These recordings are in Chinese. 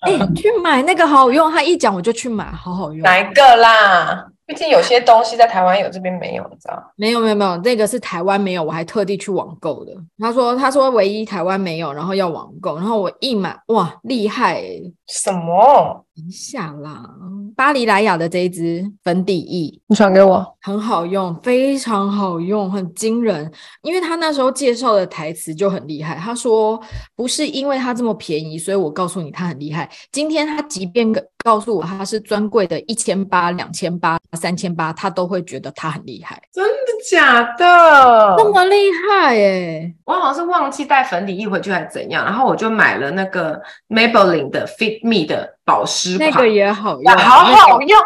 哎、去买那个好用，他一讲我就去买，好好用。哪一个啦？毕竟有些东西在台湾有，这边没有，你知道？没有没有没有，那个是台湾没有，我还特地去网购的。他说他说唯一台湾没有，然后要网购，然后我一买，哇，厉害欸、什么？等一下啦，巴黎莱雅的这一支粉底液你传给我。很好用，非常好用，很惊人。因为他那时候介绍的台词就很厉害，他说不是因为它这么便宜，所以我告诉你它很厉害。今天他即便跟告诉我它是专柜的一千八、两千八、三千八，他都会觉得它很厉害，真的假的那么厉害耶、我好像是忘记带粉底液回去还是怎样，然后我就买了那个 Maybelline 的 Fit Me 的保湿那款，个也好哇用，好好那个用，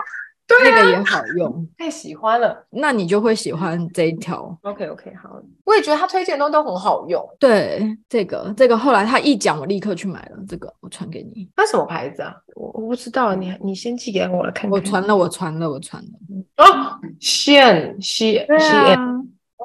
对那啊，个也好用，太喜欢了。那你就会喜欢这一条。 OK OK，好，我也觉得他推荐的都很好用。对，这个这个后来他一讲，我立刻去买了。这个我传给你，它什么牌子啊？我我不知道，你你先寄给我了，看看。我传了，我传了，我传了。啊哦，线线谢谢线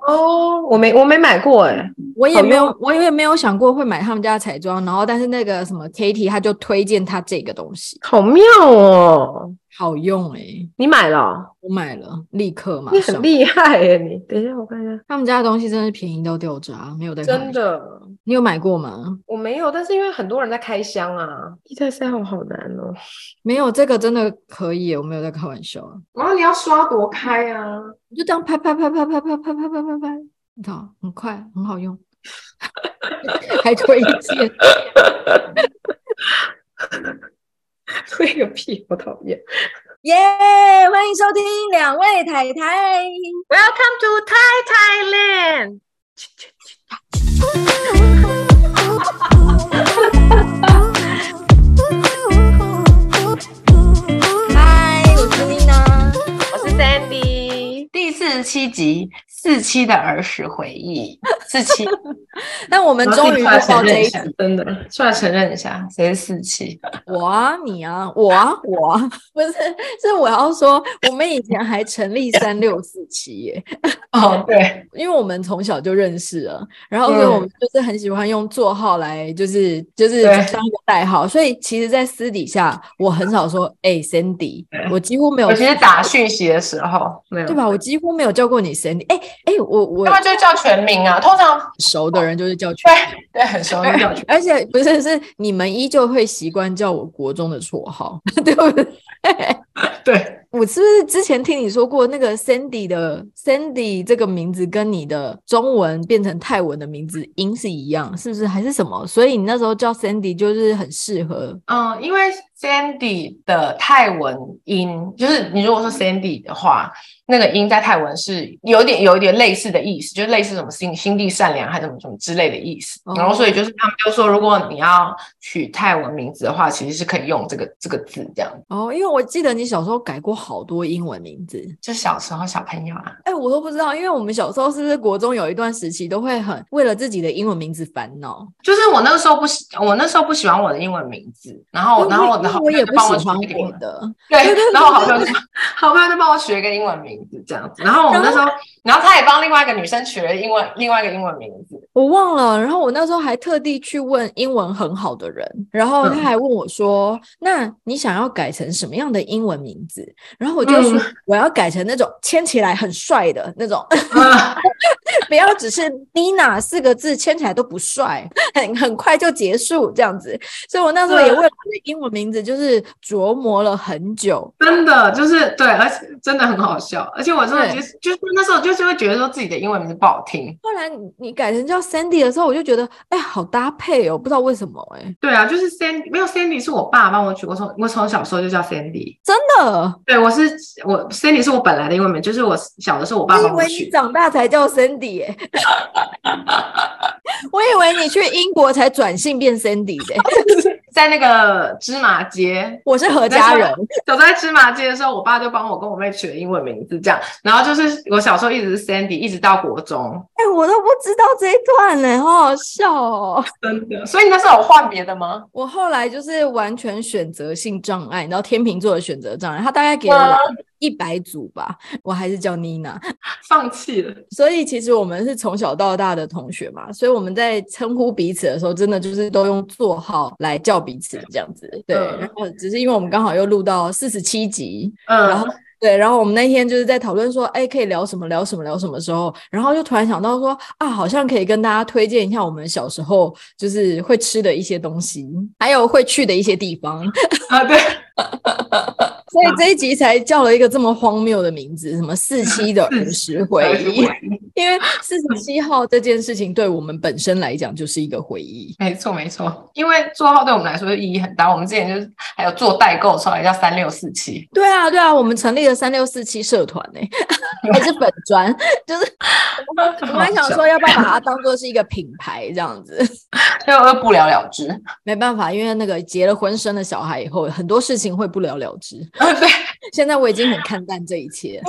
哦，我没我没买过哎、我也好没有，我也没有想过会买他们家的彩妆。然后，但是那个什么 Katie 他就推荐他这个东西，好妙哦！好用诶、你买了哦、我买了，立刻马你上很。厉害耶！你等一下，我看一下。他们家的东西真的是便宜到掉渣，没有在开玩真笑。的，你有买过吗？我没有，但是因为很多人在开箱啊，一代三号好难哦。没有，这个真的可以耶，我没有在开玩笑。啊然后你要刷多开啊！你就这样拍拍拍拍拍拍拍拍拍拍拍，你知道，很快，很好用， 还推荐。推个屁， 我讨厌。耶欢迎收听两位太太。 Welcome to Thai Thailand。嗨，我是 Lina。我是 Sandy，第四十七集，四期的儿时回忆，四 期。但我们终于我要又自己出到来承认这一一下集，，真的出来承认一下，谁是四期？我啊，你啊，我啊，我啊， 不是，是我要说，我们以前还成立三六四七耶， 哦，对， 因为我们从小就认识了，然后所以嗯我们就是很喜欢用座号来，就是就是对当一个代号，所以其实，在私底下我很少说，哎、c i n d y 对我几乎没有尤，其是打讯息的时候，没有对？吧？我几乎没有叫过你 Cindy，哎哎、我我他们就叫全名啊，通常熟的人就是叫全对对很熟就叫全名。而且不是是你们依旧会习惯叫我国中的绰号， 对不对？对，我是不是之前听你说过那个 Sandy 的 Sandy 这个名字跟你的中文变成泰文的名字音是一样，是不是还是什么？所以你那时候叫 Sandy 就是很适合嗯，因为 Sandy 的泰文音，就是你如果说 Sandy 的话，那个音在泰文是有点有一点类似的意思，就是类似什么心心地善良，还是什么什么之类的意思。哦然后所以就是他们就说，如果你要取泰文名字的话，其实是可以用这个这个字这样。哦。因为我记得你小时候改过好多英文名字，就小时候小朋友啊，哎、我都不知道，因为我们小时候是不是国中有一段时期都会很为了自己的英文名字烦恼？就是我那个时候不喜，我那时候不喜欢我的英文名字，然后哦然后我的好因为朋我也友不就帮我喜取欢一个英我文，的。 对，然后我好朋友就好朋友就帮我取了一个英文名字这样子，然后我们那时候，然后他也帮另外一个女生取了英文另外一个英文名字，我忘了，然后我那时候还特地去问英文很好的人，然后他嗯还问我说：“那你想要改成什么样的英文名字？”然后我就说：“我要改成那种牵起来很帅的那种， 啊不要只是 Nina 四个字牵起来都不帅， 很很快就结束这样子。”所以我那时候也为了我的英文名字就是琢磨了很久。真的就是对，而且真的很好笑，而且我真的对就是就是那时候就是会觉得说自己的英文名字不好听，后来你你改成叫 Sandy 的时候，我就觉得哎，好搭配哦，不知道为什么哎，对啊，就是 Sandy 没有 Sandy 是我爸帮我取，我从我从小时候就叫 Sandy，真的，对我是我 Sandy 是我本来的英文名，就是我小的时候我爸我以帮我为你取，长大才叫 Sandy 耶、 我以为你去英国才转性变 Sandy 的、在那个芝麻街我是何家人，走在芝麻街的时候，我爸就帮我跟我妹取了英文名字，这样。然后就是我小时候一直是 Sandy，一直到国中，哎、我都不知道这一段呢、好好笑哦。真的。所以你那时候有换别的吗？我后来就是完全选择性障碍，然后天秤座的选择障碍，他大概给了我一百组吧，我还是叫妮娜。放弃了。所以其实我们是从小到大的同学嘛，所以我们在称呼彼此的时候，真的就是都用座号来叫彼此这样子。对，嗯然后只是因为我们刚好又录到四十七集，然后嗯，对，然后我们那天就是在讨论说，哎，可以聊什么聊什么聊什么时候，然后就突然想到说，啊，好像可以跟大家推荐一下我们小时候就是会吃的一些东西，还有会去的一些地方， 啊对，所以这一集才叫了一个这么荒谬的名字，什么四 七的儿时回忆， 因为四十七号这件事情对我们本身来讲就是一个回忆。没错没错，因为做号对我们来说意义很大。我们之前就是还有做代购的时候，还叫三六四 七，对啊，对啊，我们成立了三六四七社团呢、 还是本专，就是 我们还想说要不要把它当做是一个品牌这样子。最后又不了了之。 没办法，因为那个结了婚生了小孩以后，很多事情会不了了之。 嗯，对。现在我已经很看淡这一切，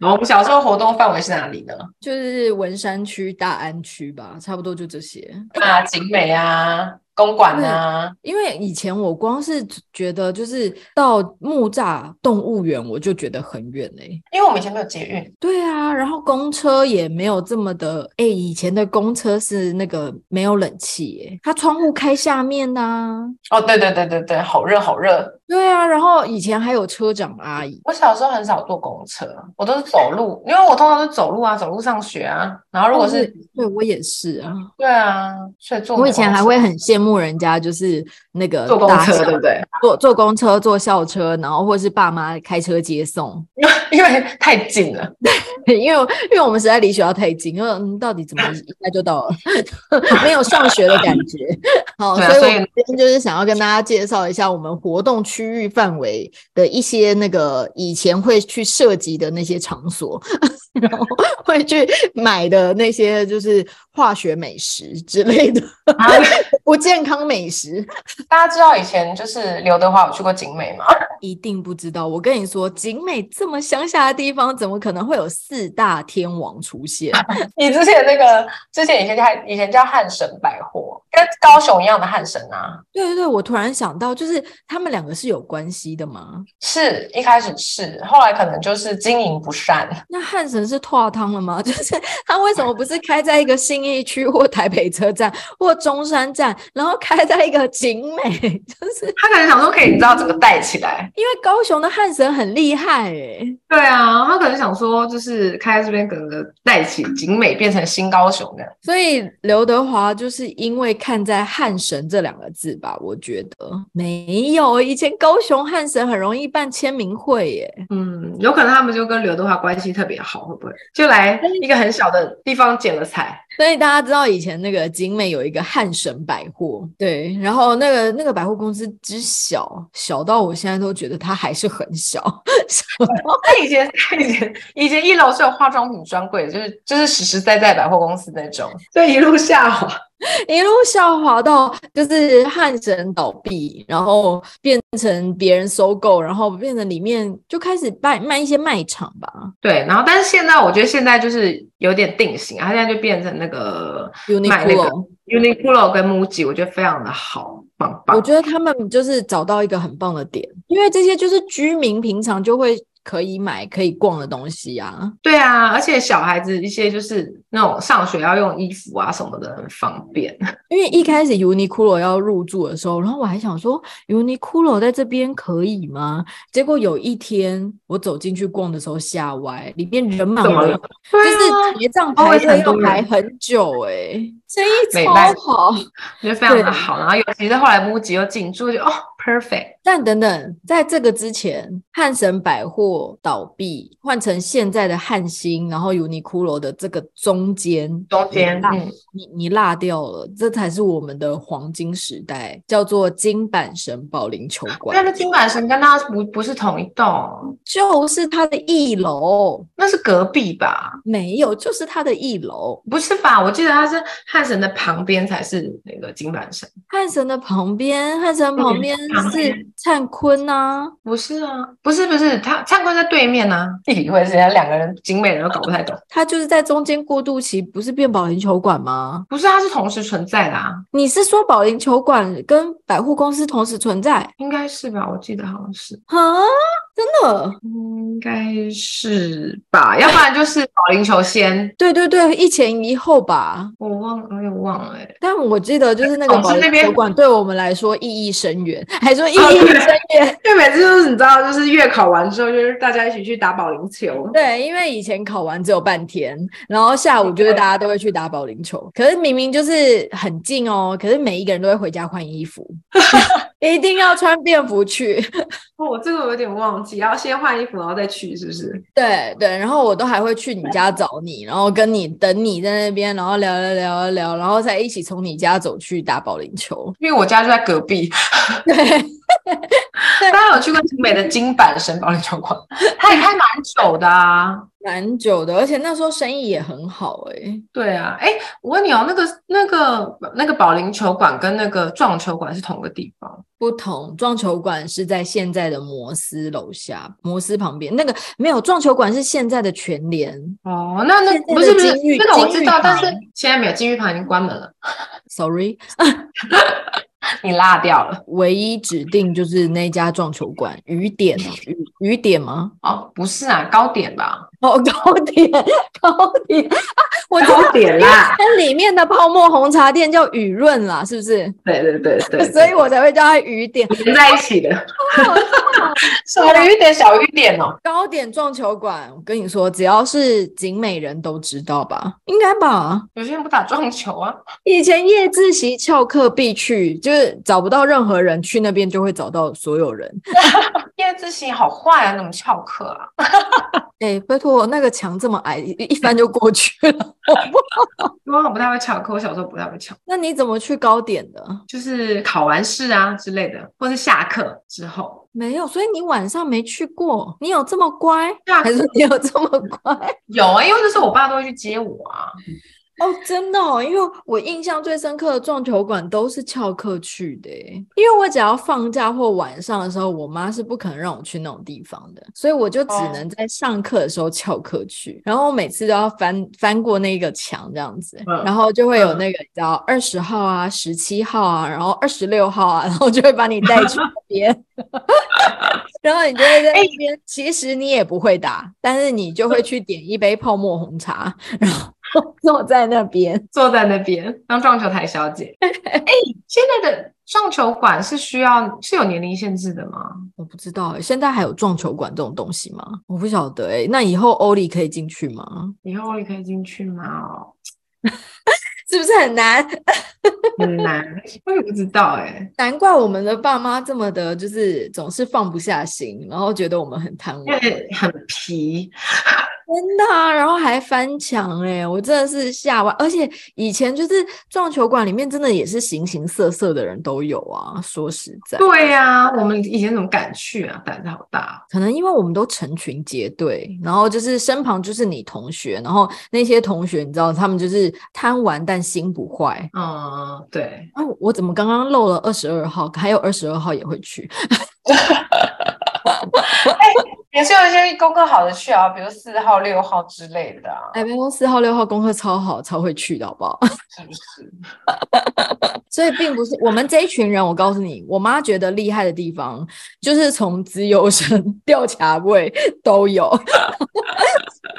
我们小时候活动范围是哪里呢？就是文山区、大安区吧，差不多就这些。啊，景美啊，公馆啊，因为以前我光是觉得，就是到木栅动物园，我就觉得很远嘞、因为我们以前没有捷运，对啊，然后公车也没有这么的，哎、以前的公车是那个没有冷气、耶，它窗户开下面呐、哦，对对对对对，好热好热。对啊，然后以前还有车长阿姨，我小时候很少坐公车，我都是走路，因为我通常是走路啊，走路上学啊。然后如果是、对我也是啊，对啊，所以坐哦我以前还公会很羡慕人家，就是那个车坐公搭车，校对不对？坐坐公车、坐校车，然后或是爸妈开车接送，因为太近了，因为因为我们实在离学校太近，因为嗯到底怎么一下就到了， 没有上学的感觉。好，对啊所以我所以们今天就是想要跟大家介绍一下我们活动区域范围的一些那个以前会去涉及的那些场所， 然后会去买的那些就是化学美食之类的啊 不健康美食。大家知道以前就是刘德华有去过景美吗？ 一定不知道。我跟你说，景美这么乡下的地方，怎么可能会有四大天王出现？你之前那个之前以前叫以前叫汉神百货，跟高雄一样的汉神啊，对对对，我突然想到，就是他们两个是有关系的吗？是一开始是，后来可能就是经营不善， 那汉神是拓汤了吗？ 就是他为什么不是开在一个信义区或台北车站或中山站，然后开在一个景美？ 就是他可能想说可以你知道整个带起来，因为高雄的汉神很厉害诶、对啊，他可能想说就是开在这边可能带起景美变成新高雄的，所以刘德华就是因为看在“汉神”这两个字吧，我觉得没有以前高雄汉神很容易办签名会耶。嗯，有可能他们就跟刘德华关系特别好，会不会就哎来一个很小的地方剪了彩？所以大家知道以前那个景美有一个汉神百货，对，然后那个那个百货公司之小，小到我现在都觉得它还是很小， 小到他 以前他以前以前一楼是有化妆品专柜的，就是就是实实在在百货公司那种，所以一路下滑。一路下滑到就是汉神倒闭，然后变成别人收购，然后变成里面就开始卖卖一些卖场吧。对，然后但是现在我觉得现在就是有点定型，啊它现在就变成那个 Uniqlo 买那个 Uniqlo 跟 MUJI，我觉得非常的好，棒棒我。觉得他们就是找到一个很棒的点，因为这些就是居民平常就会可以买、可以逛的东西啊。对啊，而且小孩子一些就是那种上学要用衣服啊什么的，很方便。 因为一开始 Uniqlo 要入驻的时候，然后我还想说 Uniqlo 在这边可以吗？结果有一天我走进去逛的时候吓歪，里面人满怎么为了患，对就是啊，结账哦排也是队很要多人排很久、欸，生意美超漫好。我觉得非常对的好。然后尤其是后来 MUJI 又进驻，就哦 perfect。但等等，在这个之前，汉神百货倒闭，换成现在的汉兴，然后 Uniqlo 的这个中间，中间你落嗯，你你落掉了，这才是我们的黄金时代，叫做金板神保龄球但馆，是金板神跟它不不是同一栋，就是它的一楼，那是隔壁吧？没有，就是它的一楼。不是吧？我记得它是汉神的旁边才是那个金板神，汉神的旁边，汉神旁边嗯旁是边灿坤呐、不是啊，不是不是，他灿坤在对面啊。地理位置，人家两个人景美人都搞不太懂。它就是在中间过渡期，不是变保龄球馆吗？不是，它是同时存在的啊，你是说保龄球馆跟百货公司同时存在？应该是吧？我记得好像是。啊，真的，应该是吧，要不然就是保龄球先，对对对，一前一后吧。我忘了，我也忘了、欸，但我记得就是那个总之保哦那龄边球馆对我们来说意义深远，还说意义哦对深远。因为每次就是你知道，就是月考完之后，就是大家一起去打保龄球，对，因为以前考完只有半天，然后下午就是大家都会去打保龄球，可是明明就是很近哦，可是每一个人都会回家换衣服，一定要穿便服去。 哦，我这个我有点忘记，要先换衣服，然后再去，是不是？对对，然后我都还会去你家找你，然后跟你等你在那边，然后聊聊聊聊聊，然后再一起从你家走去打保龄球。 因为我家就在隔壁。对，大家有去过景美的金板神保龄球 馆？它也开蛮久的啊。蛮久的，而且那时候生意也很好哎、对啊，哎，我问你哦，那个、那个、那个保龄球馆跟那个撞球馆是同个地方？不同，撞球馆是在现在的摩斯楼下，摩斯旁边那个没有撞球馆是现在的全联哦，那那现在不是的不是金玉那个我金知玉道，但是堂现在没有金玉堂已经关门了， ，sorry，你落掉了唯一指定就是那家撞球馆，雨点啊雨雨点吗？哦，不是啊，糕点吧？哦，高点高点啊，我知道糕点 啦，它里面的泡沫红茶店叫雨润啦，是不是？对对对对 所以我才会叫它雨点。连在一起 的，好小雨点小雨点哦，高点撞球馆，我跟你说，只要是景美人都知道吧？应该吧？有些人不打撞球啊，以前夜自习翘课必去，就是找不到任何人，去那边就会找到所有人。叶志行好坏啊，怎么翘课啊？哎、拜托，那个墙这么矮，一一翻就过去了。 我好像不太会翘课，我小时候不太会翘，那你怎么去高点的？就是考完试啊之类的，或是下课之后。没有，所以你晚上没去过。你有这么乖， 下还是你有这么乖？有啊，因为那时候我爸都会去接我啊。哦，真的哦，因为我印象最深刻的撞球馆都是翘课去的耶，因为我只要放假或晚上的时候，我妈是不可能让我去那种地方的，所以我就只哦能在上课的时候翘课去，然后我每次都要翻翻过那个墙这样子，嗯然后就会有嗯那个你知道二十号啊、十七号啊，然后二十六号啊，然后就会把你带去那边。 然后你就会在那边，其实你也不会打，但是你就会去点一杯泡沫红茶，然后 坐在那边。坐在那边当撞球台小 姐。哎、现在的撞球馆是需要是有年龄限制的吗？我不知道、欸，现在还有撞球馆这种东西吗？我不晓得哎、那以后欧里可以进去吗？ 以后我也可以进去吗？哦，是不是很难？很难， 我也不知道哎、难怪我们的爸妈这么的，就是总是放不下心，然后觉得我们很贪因玩，真为很皮。的啊、然后还翻墙哎、我真的是吓歪。而且以前就是撞球馆里面真的也是形形色色的人都有啊。说实在，对呀、我们以前怎么敢去啊？胆子好大可能因为我们都成群结队，然后就是身旁就是你同学，然后那些同学你知道他们就是贪玩但心不坏，哦。嗯，对，啊，我怎么刚刚漏了二十二号？还有二十二号也会去，也是有一些功课好的去啊，比如四号、六号之类的、 啊，哎，办公四号、六号功课超好，超会去的，好不好？是不是？所以并不是我们这一群人，我告诉你，我妈觉得厉害的地方，就是从资优生 吊卡位都有。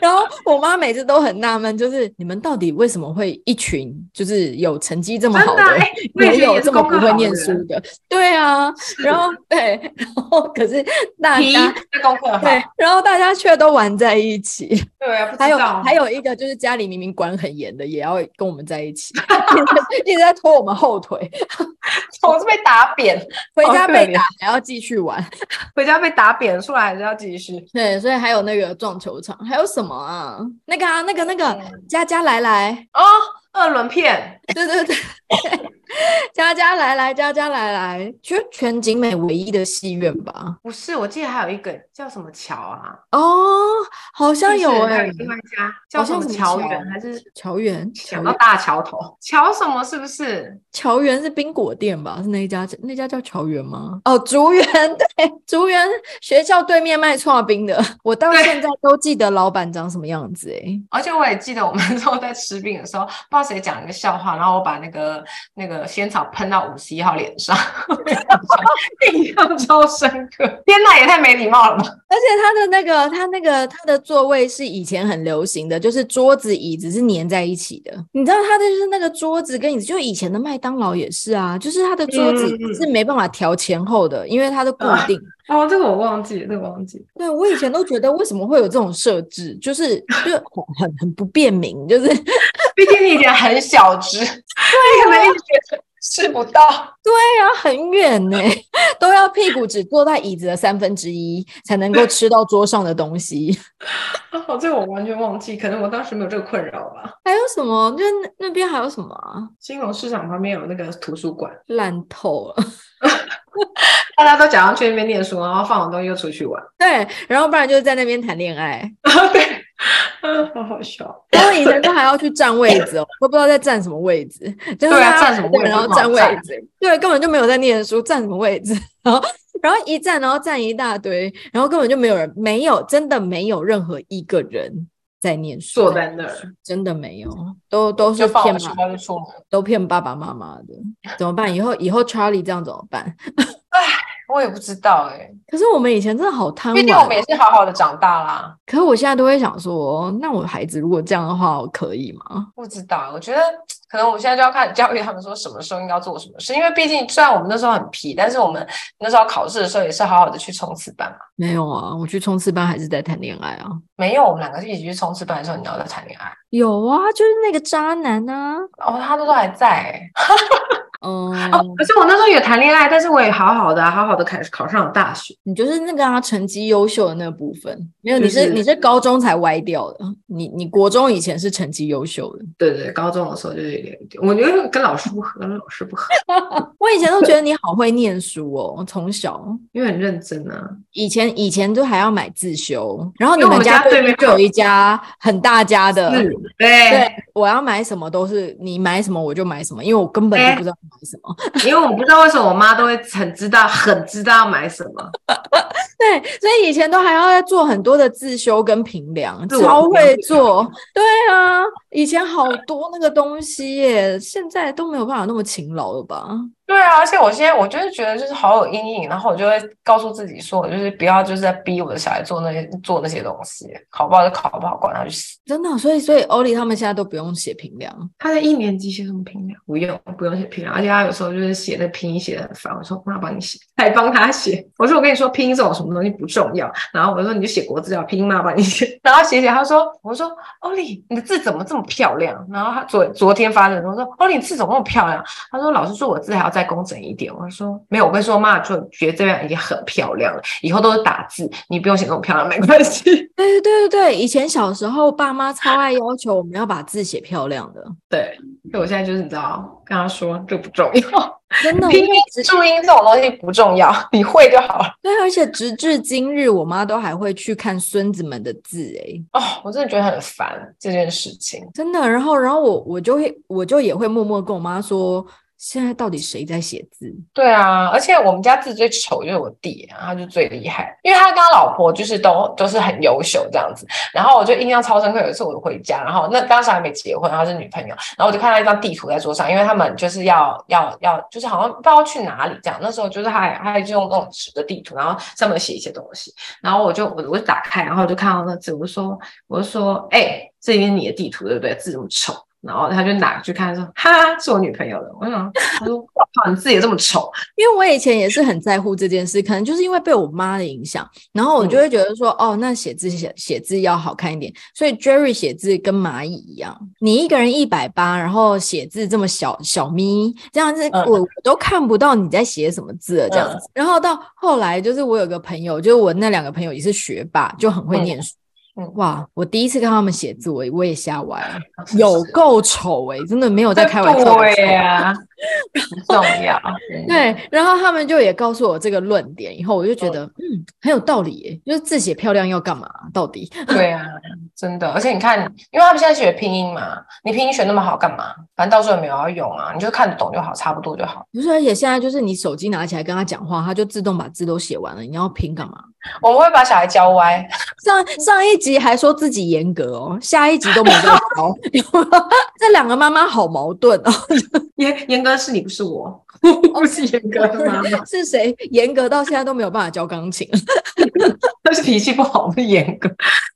然后我妈每次都很纳闷，就是你们到底为什么会一群就是有成绩这么好真的啊，哎、我以也前有也是这么功不课会好念的书人，的？对啊，然后对，然后可是大皮家功课好，对，然后大家却都玩在一起。对啊，不还知有道，还有一个就是家里明明管很严的，也要跟我们在一起， 一直一直在拖我们后腿， 我是被打扁，回好家可被怜打还要继续玩。 回家被打扁，出来还是要继续。对，所以还有那个撞球场，还有什么啊？那个啊，那个那嗯个佳佳来来，哦，二轮片，对对 对，佳佳来来，佳佳来来，全全景美唯一的戏院吧？不是，我记得还有一个叫什么桥啊？哦，好像是有不是还哎、有另外一家叫好什像么什么桥桥园，还是乔园，想乔到园，大桥头桥什么？是不是？乔园是冰果店吧？是那一家？那家叫乔园吗？哦，竹园， 对，竹园学校对面卖串冰的， 我到对现在都记得老板长什么样子哎、而且我也记得我们之后在吃饼的时候，不知道谁讲一个笑话，然后我把那个那个仙草喷到五十一号脸上， 印象超深刻。天哪，也太没礼貌了吧！而且它的那个，它那个它的座位是以前很流行的，就是桌子椅子是粘在一起的。你知道它的就是那个桌子跟椅子，就以前的麦当劳也是啊，就是它的桌子嗯是没办法调前后的，因为它的固定。哦，这个我忘记，这个我忘记。对我以前都觉得为什么会有这种设置，就是就很很很不便民，就是 对毕竟你脸很小只，你可能一直觉得吃不到。啊，很远呢、都要屁股只坐在椅子的三分之一才能够吃到桌上的东西。 哦，这个我完全忘记，可能我当时没有这个困扰吧。还有什么？就那那边还有什么啊？金融市场旁边有那个图书馆，烂透了。大家都假装去那边念书，然后放完东西又出去玩。 对，然后不然就是在那边谈恋爱。 对，嗯，好好笑。然后以前都还要去占位置哦，都不知道在占什么位置，就是对大啊家占什么位置然后不好占位占置，对，根本就没有在念书，占什么位置？ 然后然后一站，然后站一大堆，然后根本就没有人，没有真的没有任何一个人在念书，坐在那儿真的没有，都都是就放骗完书爸，包就出门。都骗爸爸妈妈的，怎么办？以后以后 Charlie 这样怎么办？我也不知道哎、可是我们以前真的好贪毕玩竟我们也哦，是好好的长大啦。可是我现在都会想说，那我孩子如果这样的话，我可以吗？不知道，我觉得可能我们现在就要看教育他们说什么时候应该做什么事，因为毕竟虽然我们那时候很皮，但是我们那时候考试的时候也是好好的去冲刺班嘛。没有啊，我去冲刺班还是在谈恋爱啊。没有，我们两个一起去冲刺班的时候，你知道在谈恋爱有啊，就是那个渣男啊。哦，他那时候还在、欸、嗯，可是我那时候也谈恋爱，但是我也好好的、啊好好的考考上了大学。你就是那个啊，成绩优秀的那个部分。没有，就你是是你是高中才歪掉的。你你国中以前是成绩优秀的。对对，高中的时候就有点，我觉得跟老师不合，跟老师不合，我以前都觉得你好会念书哦，从小因为很认真啊。以前以前就还要买自修，然后你因为我们们家家对面就有一家很大家的。是，对，呃对，我要买什么都是你买什么我就买什么，因为我根本哎就不知道买什么。因为我不知道为什么我妈都会很知道、很知道要买什么。对，所以以前都还要做很多的自修跟评量，自我超评会量做。对啊，以前好多那个东西耶，现在都没有办法那么勤劳了吧？对啊，而且我现在我就是觉得就是好有阴影，然后我就会告诉自己说，我就是不要就是在逼我的小孩做那些做那些东西，考不好就考不好，管他去死。真的，所以所以欧里他们现在都不用写评量，他在一年级写什么评量？不用，不用写评量，而且他有时候就是写那拼音写的很烦，我说不让帮你写，还帮他写。我说我跟你说，拼音这种什么东西不重要。然后我说你就写国字啊，拼音嘛帮你写。然后写写，他说我说欧丽，你的字怎么这么漂亮？然后他昨昨天发的，我说欧丽，你字怎么那么漂亮？他说老师说我字还要再工整一点。我说没有，我跟你说妈，就觉得这样已经很漂亮了，以后都是打字，你不用写那么漂亮，没关系。 对对对对，以前小时候爸妈超爱要求我们要把字写漂亮的，对，所以我现在就是你知道，跟他说这不重要。真的， 拼因为音直注音这种东西不重要，你会就好了。对，而且直至今日，我妈都还会去看孙子们的字诶。哦，我真的觉得很烦这件事情。真的，然后，然后我我就会，我就也会默默跟我妈说，现在到底谁在写字？对啊，而且我们家字最丑就是我弟，然后他就最厉害，因为他跟他老婆就是都都是很优秀这样子。然后我就印象超深刻，有一次我回家，然后那当时还没结婚，然后是女朋友，然后我就看到一张地图在桌上，因为他们就是要要要，就是好像不知道去哪里这样。那时候就是还还就用那种纸的地图，然后上面写一些东西。然后我就我我就打开，然后我就看到那字，我就说我就说，哎、这里是你的地图对不对？字这么丑。然后他就拿去看，说：“哈，是我女朋友的。”我想，他说：“我靠，你字也这么丑。”因为我以前也是很在乎这件事，可能就是因为被我妈的影响，然后我嗯就会觉得说，哦，那写字写写字要好看一点。所以 Jerry 写字跟蚂蚁一样，你一个人一百八，然后写字这么小小咪，这样子嗯我我都看不到你在写什么字了，这样子。然后到后来，就是我有个朋友，就是我那两个朋友也是学霸，就很会嗯念书。嗯哇！我第一次看他们写字，我我也吓歪了。 是有是够丑哎、真的没有在开玩笑。对 呀、不重要。对，对，然后他们就也告诉我这个论点，以后我就觉得，嗯，很有道理耶、就是字写漂亮要干嘛？到底对啊，真的。而且你看，因为他们现在学拼音嘛，你拼音学那么好干嘛？反正到时候也没有要用啊，你就看得懂就好，差不多就好。不是？而且现在就是你手机拿起来跟他讲话，他就自动把字都写完了，你要拼干嘛？我们会把小孩教歪。上嗯上一集还说自己严格哦，下一集都没在教，有没有 这两个妈妈好矛盾哦，严严格是你，不是我， 我不是严格的妈妈，是谁严格到现在都没有办法教钢琴？ 但是脾气不好，我是严格。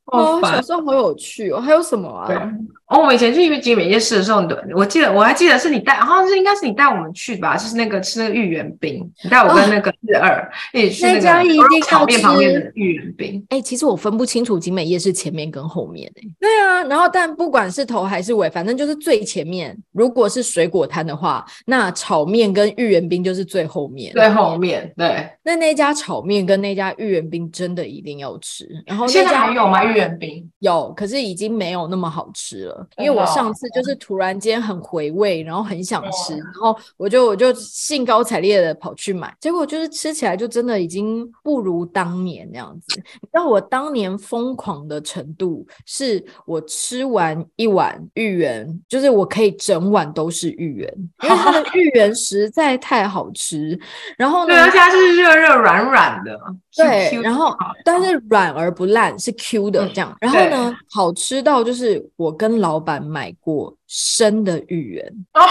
好哦，烦小时候好有趣哦，还有什么对啊？哦，我们以前去集美夜市的时候，你都我记得我还记得是你带，好像是应该是你带我们去吧，就是那个吃那个芋圆饼，你带我跟那个四二一起去哦那那家个一定牛肉要炒面旁边吃的芋圆饼。哎、其实我分不清楚景美夜市前面跟后面、欸、对啊，然后但不管是头还是尾，反正就是最前面。如果是水果摊的话，那炒面跟芋圆冰就是最后面。最后面对，那那家炒面跟那家芋圆冰真的一定要吃。然后现那在还家啊有吗？芋圆饼？有，可是已经没有那么好吃了，因为真的我哦嗯上次就是突然间很回味，然后很想吃，然后我就我就兴高采烈的跑去买，结果就是吃起来就真的已经不如当年那样子。你知道我当年疯狂的程度，是我吃完一碗芋圆，就是我可以整碗都是芋圆，因为它的芋圆实在太好吃。然后呢对，，而啊且它是热热软软的，是对 Q 然后的但是软而不烂，是 Q 嗯的这样。然后呢，好吃到就是我跟老板买过生的芋圆，哦，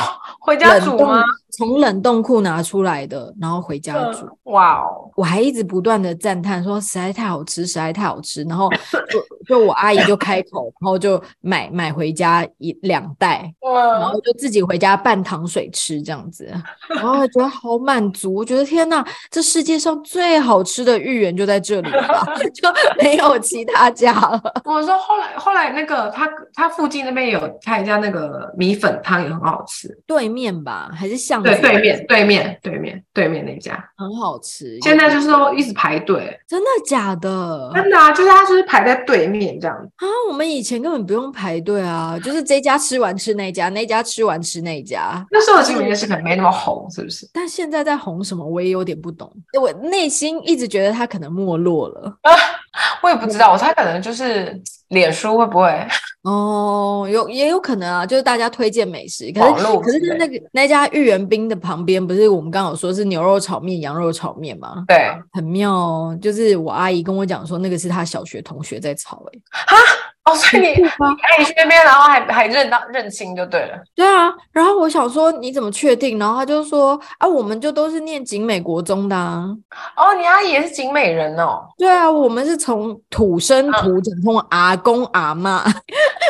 回家冷煮冻吗？从冷冻库拿出来的，然后回家煮。嗯哇哦！我还一直不断的赞叹说实在太好吃，实在太好吃。然后就就我阿姨就开口，然后就买买回家一两袋，然嗯后就自己回家拌糖水吃这样子，然后觉得好满足，我觉得天哪，这世界上最好吃的芋圆就在这里了吧， 就没有其他家了。我说后来后来那个他他附近那边有开一家那个米粉汤也很好吃，对面吧，还是巷子对对面对面对面对面那家，很好吃。现在就是说一直排队，真的假的真的啊，就是他就是排在对面这样子，啊？我们以前根本不用排队啊，就是这家吃完吃那家，那家吃完吃那家。那时候的新闻夜市可能没那么红，是不是？但现在在红什么，我也有点不懂。我内心一直觉得它可能没落了。我也不知道，我猜可能就是脸书会不会哦，有也有可能啊，就是大家推荐美食，可网是络可是之那个那家芋圆冰的旁边，不是我们刚好说是牛肉炒面、羊肉炒面吗？对很妙哦，就是我阿姨跟我讲说，那个是她小学同学在炒、欸，哦，所以你哎，吗？哎你去那边，然后还还认到认亲就对了，对啊，然后我想说你怎么确定？然后她就说啊，我们就都是念景美国中的啊，哦，你阿姨也是景美人哦，对啊，我们是从土生嗯土长，从阿公阿妈，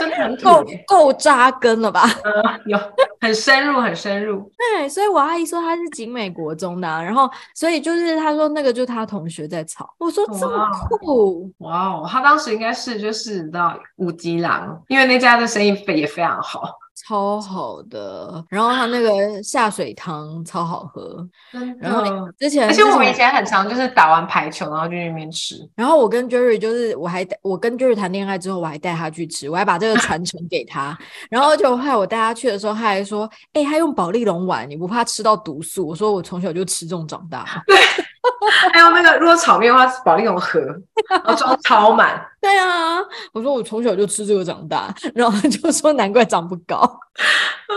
真的很够土耶，够扎根了吧？ 有很深入很深入，对，所以我阿姨说她是景美国中的啊、然后所以就是她说那个就是她同学在吵，我说这么哇哦酷，哇哦，他当时应该是就是你知道五级郎，因为那家的生意非也非常好，超好的。然后她那啊个下水汤超好喝，真然后的。之前而且之我们以前前很常就是打完排球，然后就去那边吃。然后我跟 Jerry 就是，我还带我跟 Jerry 谈恋爱之后，我还带他去吃，我还把这个传承给他。然后就害我带他去的时候，他还说：“哎、他用保利龙碗，你不怕吃到毒素？”我说：“我从小就吃这种长大。” 还有那个，如果炒面的话，是保利龙盒，然后装超满。对啊，我说我从小就吃这个长大， 然后他就说难怪长不高。啊，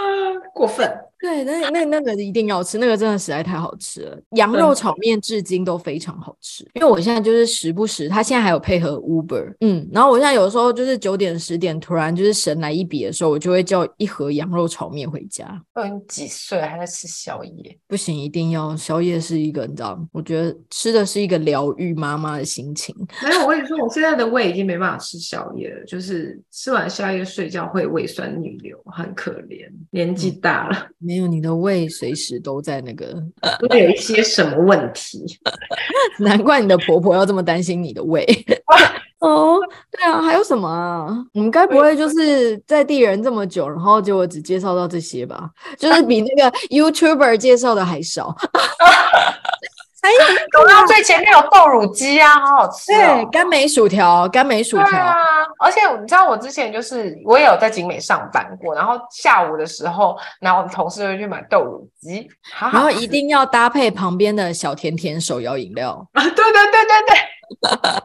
过分！对，那那那个一定要吃，那个真的实在太好吃了。羊肉的炒面至今都非常好吃，因为我现在就是时不时，他现在还有配合 Uber，嗯，然后我现在有时候就是九点十点突然就是神来一笔的时候，我就会叫一盒羊肉炒面回家。嗯，你几岁还在吃宵夜？不行，一定要宵夜是一个，你知道，我觉得吃的是一个疗愈妈妈的心情。没有，我跟你说，我现在的胃已经没办法吃宵夜了，就是吃完宵夜睡觉会胃酸逆流，很可怜。年纪大了，没有你的胃随时都在那个，会有一些什么问题？ 难怪你的婆婆要这么担心你的胃。哦，对啊，还有什么啊？我们该不会就是在地人这么久，然后结果只介绍到这些吧？就是比那个 YouTuber 介绍的还少。还有走到最前面 有豆乳鸡啊，好好吃对 哦。甘梅薯条，甘梅薯对条，啊，而且你知道我之前就是我也有在景美上班过，然后下午的时候，然后我们同事会去买豆乳鸡，好然好后吃一定要搭配旁边的小甜甜手摇饮料。啊，对对对对对，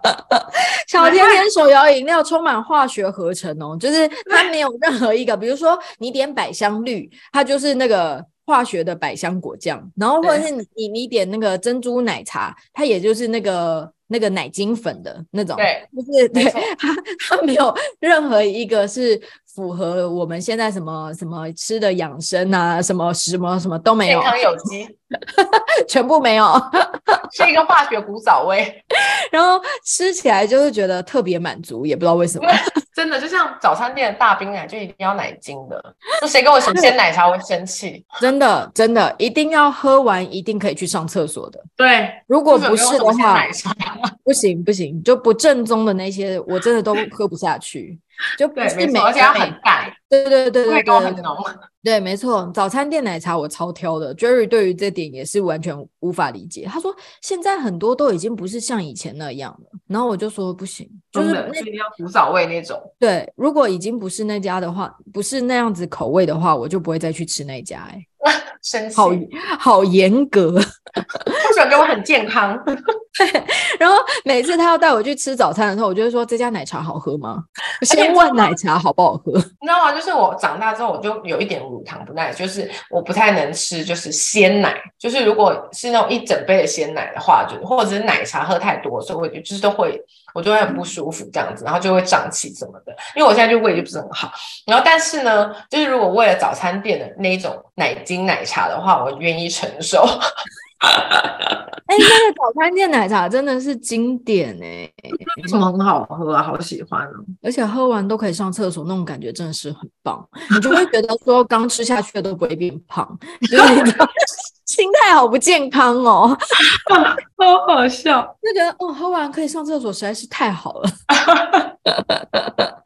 小甜甜手摇饮料充满化学合成哦，就是它没有任何一个，比如说你点百香绿，它就是那个。化学的百香果酱，然后或者是你你你点那个珍珠奶茶，它也就是那个那个奶精粉的那种，对，就是 对没错它它没有任何一个是符合我们现在什么什么吃的养生啊，什么什么什么都没健有，康有机，全部没有， 是一个化学古早味，然后吃起来就是觉得特别满足，也不知道为什么因。为真的就像早餐店的大冰奶就一定要奶精的，就谁跟我什么鲜奶茶我会生气。真的，真的，一定要喝完，一定可以去上厕所的。 对，如果不是的鲜话奶，茶，不行不行，就不正宗的那些，我真的都喝不下去。就不对，是没每错，而且它每很淡，对对对对味道很对浓。对，没错。早餐店奶茶我超挑的，Jerry 对于这点也是完全无法理解。他说现在很多都已经不是像以前那样了。然后我就说不行，就真是的那就一定要古早味那种。对，如果已经不是那家的话，不是那样子口味的话，我就不会再去吃那家、欸。生气，好好严格。不准给我很健康，然后每次他要带我去吃早餐的时候，我就会说这家奶茶好喝吗？我且先你知道问吗奶茶好不好喝。你知道吗？就是我长大之后，我就有一点乳糖不耐，就是我不太能吃，就是鲜奶，就是如果是那种一整杯的鲜奶的话，就或者是奶茶喝太多，所以我就就是都会，我就会很不舒服这样子，然后就会胀气什么的。因为我现在就胃就不是很好，然后但是呢，就是如果为了早餐店的那一种奶精奶茶的话，我愿意承受。 哎，那个早餐店奶茶真的是经典哎、为什么很好喝啊？好喜欢哦！而且喝完都可以上厕所，那种感觉真的是很棒。你就会觉得说刚吃下去的都不会变胖，就是你知道 心态好不健康哦。好好笑，就觉得哦，喝完可以上厕所实在是太好 了。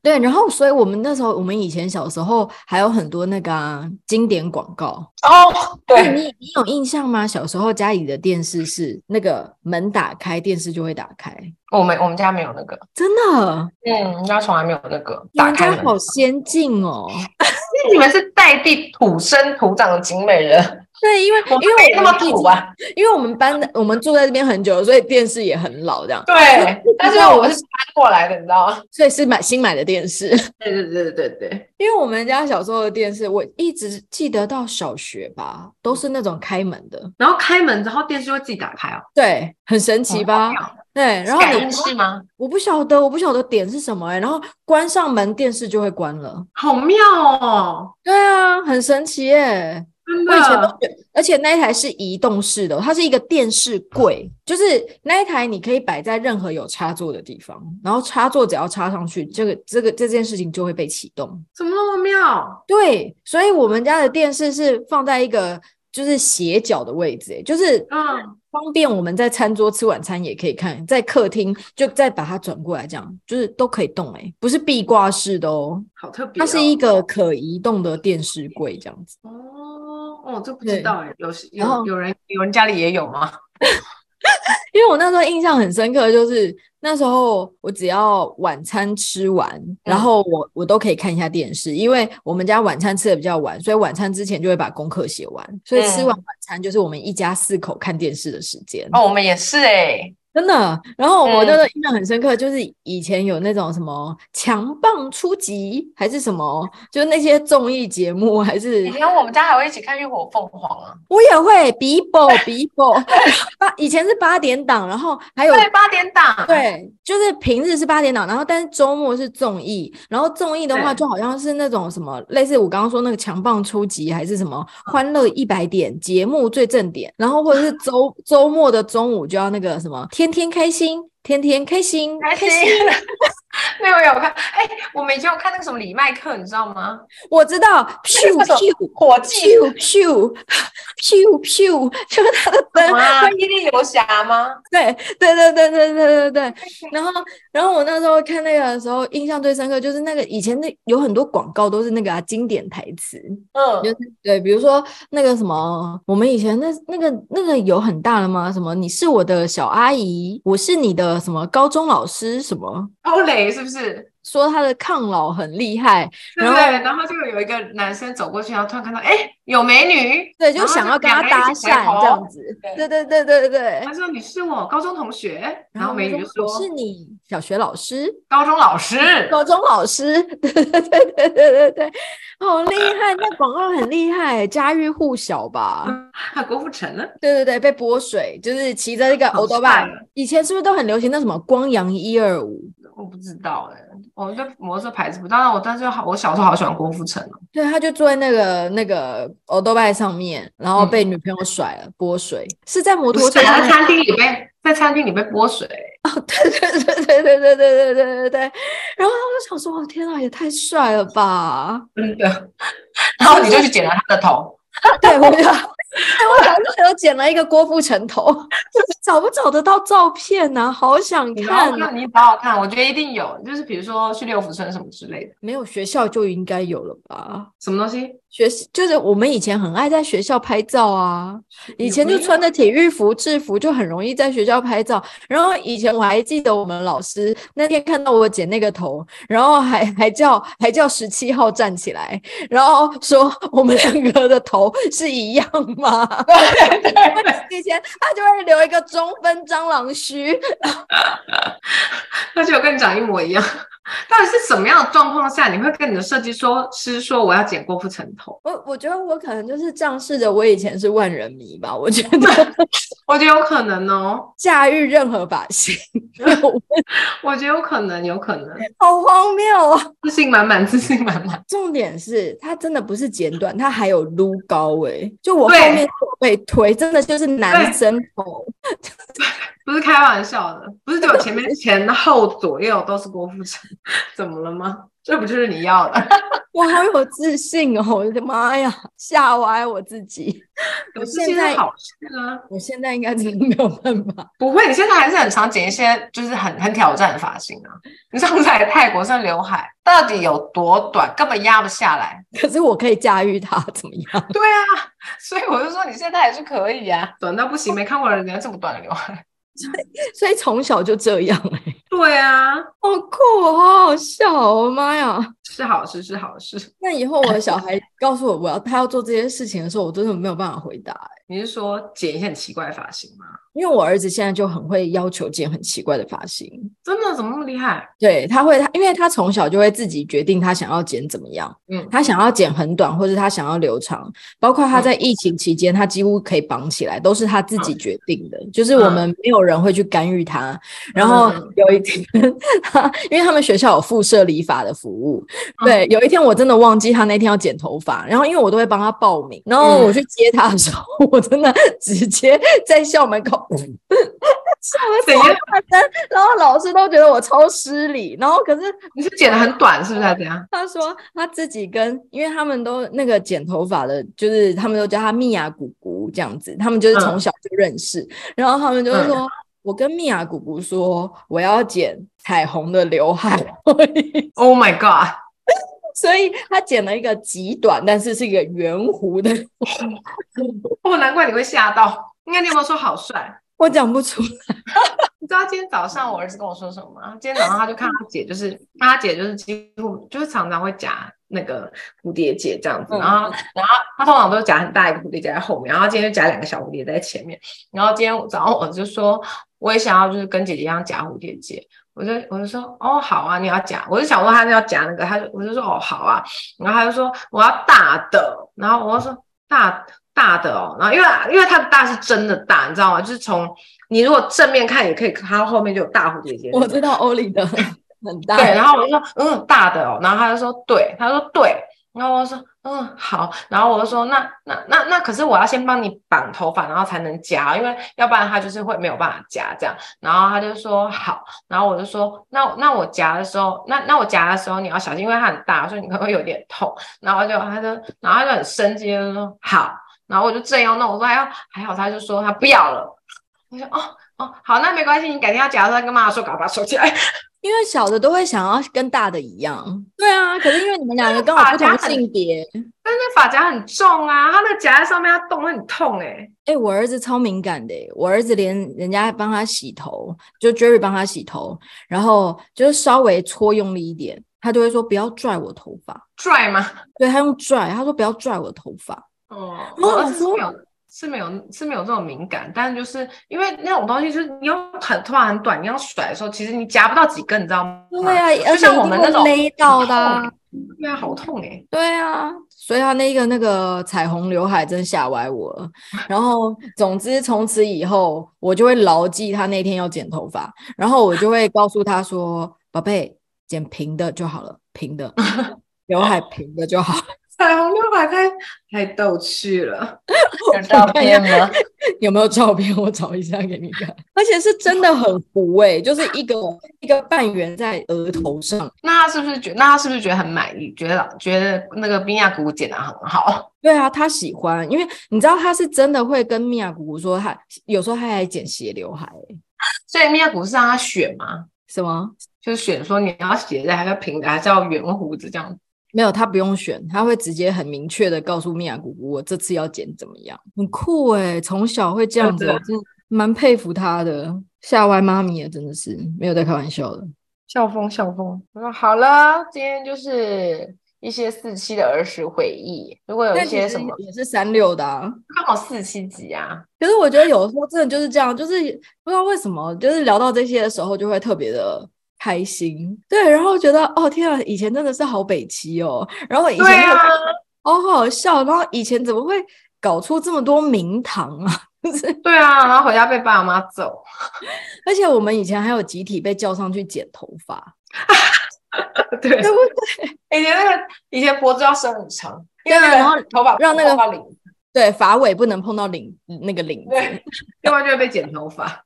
对，然后所以我们那时候，我们以前小时候还有很多那个啊、经典广告，哦，那对，哎你你有印象吗？小时候家里的电视是那个门打开，电视就会打开，我们我们家没有那个。真的，嗯，人家从来没有那个你打们开家门。好先进哦。那你们是在地土生土长的景美人，对，因为我们因为没我那么们毕土竟，啊。因为我们搬的我们住在这边很久了，所以电视也很老，这样，对我，但是我们是搬过来的，你知道吗？ 所以是买新买的电视。 对对对对对，因为我们家小时候的电视，我一直记得到小学吧，都是那种开门的，然后开门，然后电视会自己打开哦。对，很神奇吧？对，然后感你应式吗？我不晓得，我不晓得点是什么哎、然后关上门，电视就会关了。好妙哦，对啊，很神奇耶、真我以前都的。觉得，而且那一台是移动式的，它是一个电视柜，就是那一台你可以摆在任何有插座的地方，然后插座只要插上去，这个这个这件事情就会被启动。怎么那么妙？对，所以我们家的电视是放在一个就是斜角的位置、欸，就是嗯，方便我们在餐桌吃晚餐也可以看，在客厅就再把它转过来，这样就是都可以动、欸，不是壁挂式的哦，好特别它哦。是一个可移动的电视柜这样子。哦，哦，这不知对道哎，有然后有有人有人家里也有吗？因为我那时候印象很深刻，就是那时候我只要晚餐吃完，嗯然后我我都可以看一下电视，因为我们家晚餐吃的比较晚，所以晚餐之前就会把功课写完，所以吃完晚嗯餐就是我们一家四口看电视的时间。哦，我们也是哎。真的。然后我嗯那时候印象很深刻，就是以前有那种什么强棒出击，还是什么，就是那些综艺节目，还是以前我们家还会一起看《浴火凤凰》啊。我也会比波比 波，八以前是八点档，然后还有对，八点档。。对，就是平日是八点档，然后但是周末是综艺，然后综艺的话对就好像是那种什么，类似我刚刚说那个强棒出击，还是什嗯么欢乐一百点节目最正点，然后 或者是周周末的中午就要那个什么天天开心，天天开心，开心，没有没有看，哎、我们以前有看那个什么李麦克，你知道吗？我知道，咻 那种咻火计咻咻咻咻，就是他 的灯哇，霹雳游侠吗？ 对对对对对对对对。然后，然后我那时候看那个的时候，印象最深刻就是那个以前那有很多广告都是那个、啊、经典台词，嗯就是对，比如说那个什么，我们以前那那个那个有很大的吗？什么你是我的小阿姨，我是你的什么高中老师什么？欧蕾是不是？说他的抗老很厉害，对然后然后就有一个男生走过去，然后突然看到，哎，有美女，对，就然后想要跟两他个人一搭起讪抬头这样子。对对对对对对他。说你是我高中同学，然后我美说女就我是说你小学老师、高中老师，高中老师， 对对对对对对对，好厉害！那广告很厉害，家喻户晓吧？ 啊，郭富城呢？对对对，被泼水就是骑着一个好欧多帅拜啊，以前是不是都很流行那什么光阳一二五？我不知道哎，我对摩托车牌子不，当然我但是好，我小时候好喜欢郭富城哦，对，他就坐在那个那个欧多拜上面，然后嗯被女朋友甩了，泼水是在摩不托是啊车上在面 餐厅里被在餐厅里被泼水，对对对对对对对对对对对对。然后我就想说，我天哪，啊也太帅了吧！真的，然后你就去剪了他的头，对我就， 对我早上有剪了一个郭富城 头，找不找得到照片呢、好想你好看好啊！看，你好好看，我觉得一定有，就是比如说去六福村什么之类的，没有学校就应该有了吧？什么东西，学就是我们以前很爱在学校拍照啊，以前就穿着体育服制服就很容易在学校拍照。然后以前我还记得我们老师那天看到我剪那个头，然后还还叫还叫十七号站起来，然后说 我们两个的头是一样吗？ 对对对以前他就会留一个中分蟑螂须，而且我跟你长一模一样。 到底是什么样的状况下，你会跟你的设计说师说我要剪郭富城头？我我觉得我可能就是仗势着我以前是万人迷吧，我觉得 我觉得有可能哦，驾驭任何发 型， 我觉得有可能，有可能，好荒谬啊！自信满满，自信满满。重点是它真的不是剪短，它还有撸高哎、就我后对面手被推，真的就是男生哦头，不是开玩笑的，不是只有前 面、前后、左右都是郭富城，怎么了吗？这不就是你要 的？我好有自信哦！我的妈呀，吓歪我自己！可是现现在在好事啊，我现在应该真的没有办法，不会，你现在还是很常剪一些就是很很挑战的发型啊。你上次在泰国上刘海到底有多短，根本压不下来。 可是我可以驾驭它，怎么样？ 对啊， 所以我就说你现在还是可以啊，短到不行，没看过人家这么短的刘海。 所以从小就这样哎、对啊，好酷哦，好好笑哦！我妈呀！是好事，是好事。那以后我的小孩告诉我我要他要做这些事情的时候，我真的没有办法回答、欸，你是说剪一些很奇怪的发型吗？因为我儿子现在就很会要求剪很奇怪的发型。真的怎么那么厉害？对，他会，他因为他从小就会自己决定他想要剪怎么样，嗯他想要剪很短，或是他想要留长，包括他嗯在疫情期间，他几乎可以绑起来，都是他自己决定的，就是我们没有人会去干预他。然后嗯有一天，他因为他们学校有附设理发的服务，嗯对，有一天我真的忘记他那天要剪头发，然后因为我都会帮他报名，然后嗯我去接他的时候， 我真的直接在校门口。 笑得怎超样大声，然后老师都觉得我超失礼，然后可是你是剪得很短，是不是？还是怎样？他说他自己跟，因为他们都那个剪头发的，就是他们都叫他蜜雅姑姑这样子，他们就是从小就认识，然后他们就会说，我跟蜜雅姑姑说我要剪彩虹的刘海， Oh my god！所以他剪了一个极短，但是是一个圆弧的，哦，难怪你会吓到。应该你有没有说好帅？我讲不出来，你知道今天早上我儿子跟我说什么吗？今天早上他就看他姐，就是他姐就是几乎就是常常会夹那个蝴蝶结这样子，嗯然后然后他通常都夹很大一个蝴蝶结在后面，然后今天就夹两个小蝴蝶在前面。然后今天早上我儿子就说，我也想要就是跟姐姐一样夹蝴蝶结。我就我就说哦好啊，你要夹，我就想问他要夹那个，他就我就说哦好啊，然后他就说我要大的，然后我就说大大的哦，然后因为因为它的大是真的大，你知道吗？就是从你如果正面看也可以，看到后面就有大蝴蝶结那我种。知道欧里的很大，欸对，然后我就说嗯大的哦，然后他就说对，他说对，然后我就说嗯好，然后我就说那那那那可是我要先帮你绑头发，然后才能夹，因为要不然他就是会没有办法夹这样。然后他就说好，然后我就说那那我夹的时候，那那我夹的时候你要小心，因为它很大，所以你可能会有点痛。然后就他就然后他就很生气，就说好，然后我就正要弄，我说还要还好，他就说他不要了，我说哦。哦，好，那没关系，你改天要夹的时候跟妈妈说，赶快把它收起来。因为小的都会想要跟大的一样。对啊，可是因为你们两个刚好不啊同性别，但是那发夹很重啊，它那夹在上面它动很痛哎、哎、我儿子超敏感的欸、我儿子连人家帮他洗头，就 Jerry 帮他洗头，然后就是稍微搓用力一点，他就会说不要拽我头发，拽吗？对他用拽，他说不要拽我头发， 哦，我我儿子是说没有是没有是没有这种敏感，但就是因为那种东西，就是你要很突然很短，你要甩的时候，其实你夹不到几根，你知道吗？对啊，而就且像一我定们会那种勒到的啊、很痛欸对啊，好痛哎、对啊，所以他那个那个彩虹刘海真吓歪我了。然后，总之从此以后，我就会牢记他那天要剪头发，然后我就会告诉他说：“宝贝，剪平的就好了，平 的刘海平的就好。彩虹六百太太逗趣了，有照片吗？”有没有照片？我找一下给你看。而且是真的很糊诶、就是一 个一个半圆在额头上。 那他是不是觉那他是不是觉得很满意？觉得觉得那个冰亚谷剪的很好，对啊，他喜欢，因为你知道他是真的会跟米娅姑姑说他，有时候他还剪斜刘海、欸，所以冰亚谷是让他选吗？什么？就是选说你要斜的，还是要平的，还是要圆胡子这样？没有，他不用选，他会直接很明确的告诉米娅姑姑，我这次要剪怎么样，很酷哎、从小会这样子，对我真的蛮佩服他的，吓歪妈咪了，真的是没有在开玩笑的。校风，校风。我说好了，今天就是一些四期的儿时回忆。如果有一但其些实什么，也是三六的、啊，刚好四期集啊，可是我觉得有时候真的就是这样，就是不知道为什么，就是聊到这些的时候就会特别的。开心对，然后觉得哦天啊，以前真的是好北齐哦，然后以前对那个啊，哦好好笑，然后以前怎么会搞出这么多名堂啊？ 就是对啊，然后回家被爸妈揍，而且我们以前还有集体被叫上去剪头发， 对对不以前那个以前脖子要伸很长，因为对啊那个然后头发让那个头发 领，对，发尾不能碰到领那个领子，对，要不然就会被剪头发。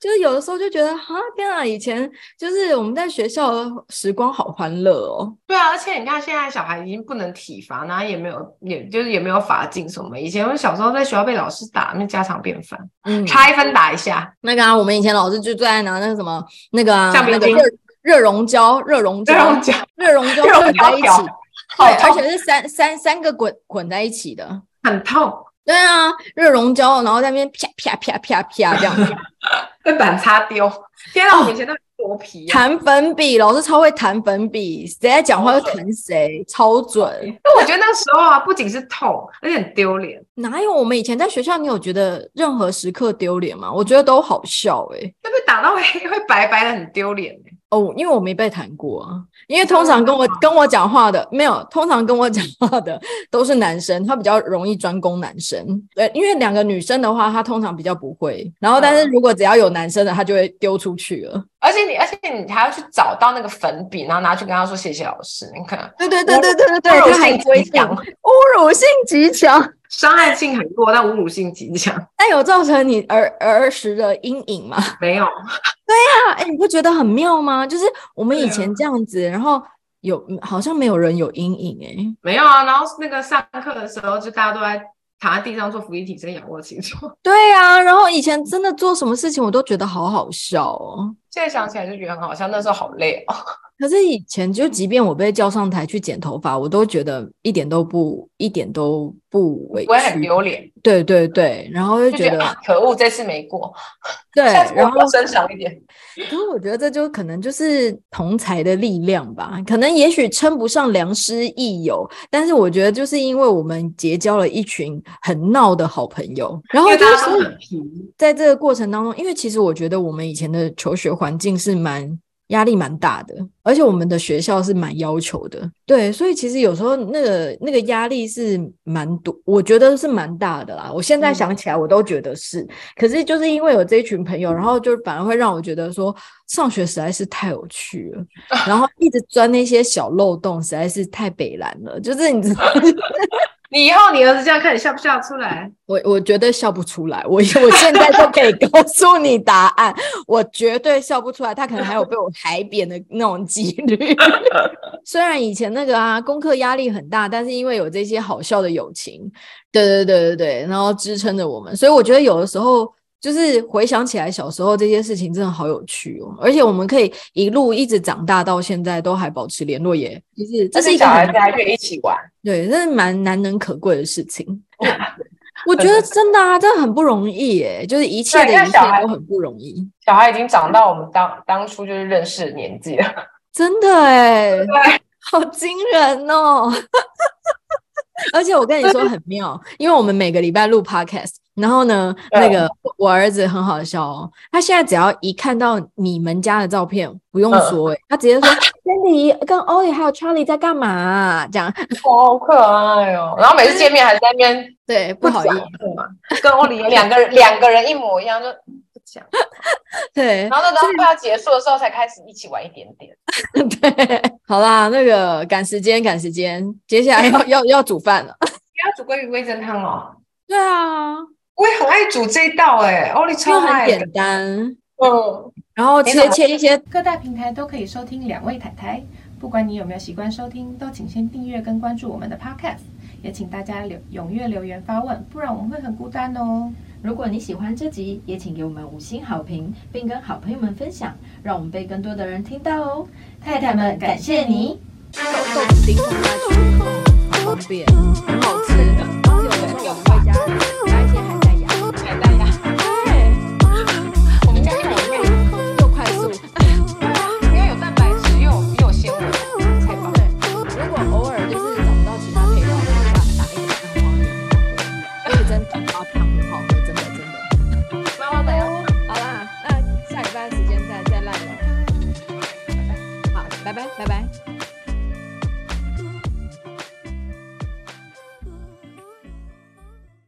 就是有的时候就觉得啊，天啊，以前就是我们在学校的时光好欢乐哦。对啊，而且你看现在小孩已经不能体罚，然后也没有，也就是也没有罚进什么。以前我小时候在学校被老师打，那家常便饭，嗯，差一分打一下，那个啊，我们以前老师就最爱拿那个什么那个、啊、橡皮那个筋热热熔胶、热熔胶然、后讲热熔胶热熔捆胶在一起，条对，好而且是三三三个滚捆在一起的。很痛，对啊，热熔胶，然后在那边啪啪啪啪啪这样 子。被板擦丢。天啊，哦我们以前都很多皮啊。弹粉笔，老师超会弹粉笔，谁在讲话就弹谁，超准。那我觉得那时候啊，不仅是痛，而且很丢脸。哪有我们以前在学校，你有觉得任何时刻丢脸吗？我觉得都好笑欸诶、那被打到黑会 白白的，很丢脸欸。哦，因为我没被弹过啊，因为通常跟哦我跟我讲话的没有，通常跟我讲话的都是男生，他比较容易专攻男生。对，因为两个女生的话，他通常比较不会。然后，但是嗯如果只要有男生的，他就会丢出去了。而且你，而且你还要去找到那个粉笔，然后拿去跟他说谢谢老师。你看，对对对对对对对，侮辱他还性规极定强，侮辱性极强。伤害性很弱，但侮辱性极强。那有造成你儿儿时的阴影吗？ 没有，啊，哎，你不觉得很妙吗？就是我们对以啊前这样子，然后有好像没有人有阴影欸没有啊。然后那个上课的时候，就大家都在躺在地上做俯卧撑、仰卧起坐哎。。对呀、然后以前真的做什么事情我都觉得好好笑哦。现在想起来就觉得很好笑，那时候好累哦。可是以前就即便我被叫上台去剪头发，我都觉得一点都不一点都不委不会很屈。丢脸，对对对，然后就就觉觉得得啊，可恶，这次没过，对，下次然我后要伸长一点。可是我觉得这就可能就是同才的力量吧，可能也许称不上良师益友，但是我觉得就是因为我们结交了一群很闹的好朋友，然后因为就大是家所都以很皮，在这个过程当中，因为其实我觉得我们以前的求学环境是蛮压力蛮大的，而且我们的学校是蛮要求的，对，所以其实有时候那个那个压力是蛮多，我觉得是蛮大的啦。我现在嗯想起来，我都觉得是。可是就是因为有这一群朋友，然后就反而会让我觉得说，上学实在是太有趣了，然后一直钻那些小漏洞，实在是太北蓝了。就是你知道，你以后你儿子这样看，你笑不笑得出来？我我绝对笑不出来，我我现在就 可以告诉你答案，我绝对笑不出来。他可能还有被我海扁的那种几率。 虽然以前那个啊，功课压力很大，但是因为有这些好笑的友情，对对对对对，然后支撑着我们，所以我觉得有的时候就是回想起来小时候这些事情真的好有趣哦，而且我们可以一路一直长大到现在都还保持联络耶，也就是这是一个小孩很子还可以一起玩，对，这是蛮难能可贵的事情。 我觉得真的啊，真的很不容易耶，就是一切的对那一切小孩都很不容易，小孩已经长到我们当当初就是认识的年纪了。真的哎，好惊人哦！ 而且我跟你说很妙，因为我们每个礼拜录 podcast，然后呢，对那个我儿子很好笑哦，他现在只要一看到你们家的照片，不用嗯说耶，他直接 说 Cindy 跟 Ollie 还有 Charlie 在干嘛啊、这样 好可爱哦！然后每次见面还在那边对，不好意思，思嘛，跟欧里两个人两个人一模一样，就不讲。对然后呢，当快要结束的时候才开始一起玩一点点。 对，好啦，那个赶时间，赶时间，接下来要要要煮饭了。不要煮鲑鱼味噌汤哦，对啊，我也很爱煮这一道哎，欧里就超很爱的。简单，嗯，然后你怎切么切一些各大平台都可以收听两位太太。不管你有没有习惯收听，都请先订阅跟关注我们的 Podcast。也请大家留踊跃留言发问，不然我们会很孤单哦。如果你喜欢这集，也请给我们五星好评，并跟好朋友们分享，让我们被更多的人听到哦。太太们，感谢你。豆腐丁放下去，好方便，很好吃的。而且有时候我们会加加一些海带芽，海带呀，对，我们家一模一样，又快速。因为有蛋白质又有又有纤维，太棒了。如果偶尔就是找不到其他配料，我们就打一点蛋黄而且真蛋花汤很好喝，真的真的。妈妈等一下。好啦，那下礼拜的时间再再赖了，拜拜。好，拜拜拜拜。